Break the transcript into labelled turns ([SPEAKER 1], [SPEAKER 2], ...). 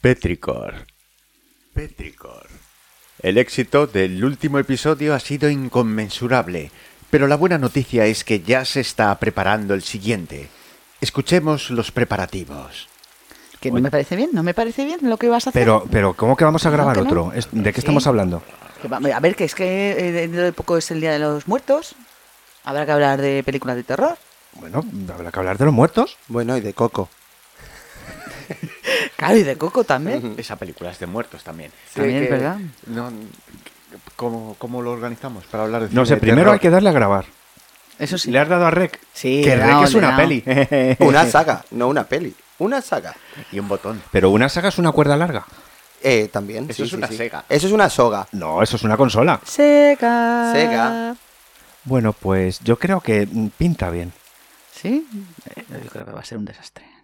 [SPEAKER 1] Petricor. Petricor. El éxito del último episodio ha sido inconmensurable, pero la buena noticia es que ya se está preparando el siguiente. Escuchemos los preparativos.
[SPEAKER 2] Que no me parece bien, no me parece bien lo que vas a hacer.
[SPEAKER 3] Pero, pero, ¿cómo que vamos a grabar
[SPEAKER 2] que no?
[SPEAKER 3] otro? Es- ¿De qué
[SPEAKER 2] Sí.
[SPEAKER 3] estamos hablando?
[SPEAKER 2] Que va- a ver, que es que eh, dentro de poco es el Día de los Muertos. Habrá que hablar de películas de terror.
[SPEAKER 3] Bueno, habrá que hablar de los muertos.
[SPEAKER 4] Bueno, y de Coco.
[SPEAKER 2] Claro, y de Coco
[SPEAKER 3] Mm.
[SPEAKER 2] también.
[SPEAKER 1] Esa película es de muertos también.
[SPEAKER 2] También,
[SPEAKER 1] Eh, que-
[SPEAKER 2] ¿verdad?
[SPEAKER 1] no, ¿cómo, cómo lo organizamos para hablar de
[SPEAKER 3] No
[SPEAKER 1] cine
[SPEAKER 3] sé,
[SPEAKER 1] de
[SPEAKER 3] primero
[SPEAKER 1] terror?
[SPEAKER 3] hay que darle a grabar.
[SPEAKER 2] Eso sí.
[SPEAKER 3] ¿Le has dado a Rec?
[SPEAKER 2] Sí,
[SPEAKER 3] Que
[SPEAKER 2] no,
[SPEAKER 3] Rec es
[SPEAKER 2] hombre,
[SPEAKER 3] una
[SPEAKER 2] no.
[SPEAKER 3] peli.
[SPEAKER 4] Una saga, no una peli. Una saga.
[SPEAKER 1] Y un botón.
[SPEAKER 3] Pero una saga es una cuerda larga.
[SPEAKER 4] Eh, también.
[SPEAKER 1] Eso
[SPEAKER 4] sí,
[SPEAKER 1] es
[SPEAKER 4] sí,
[SPEAKER 1] una
[SPEAKER 4] sí.
[SPEAKER 1] sega.
[SPEAKER 4] Eso es una soga.
[SPEAKER 3] No, eso es una consola.
[SPEAKER 2] Sega.
[SPEAKER 4] Sega.
[SPEAKER 3] Bueno, pues yo creo que mm, pinta bien.
[SPEAKER 2] Sí. Eh, Yo creo que va a ser un desastre.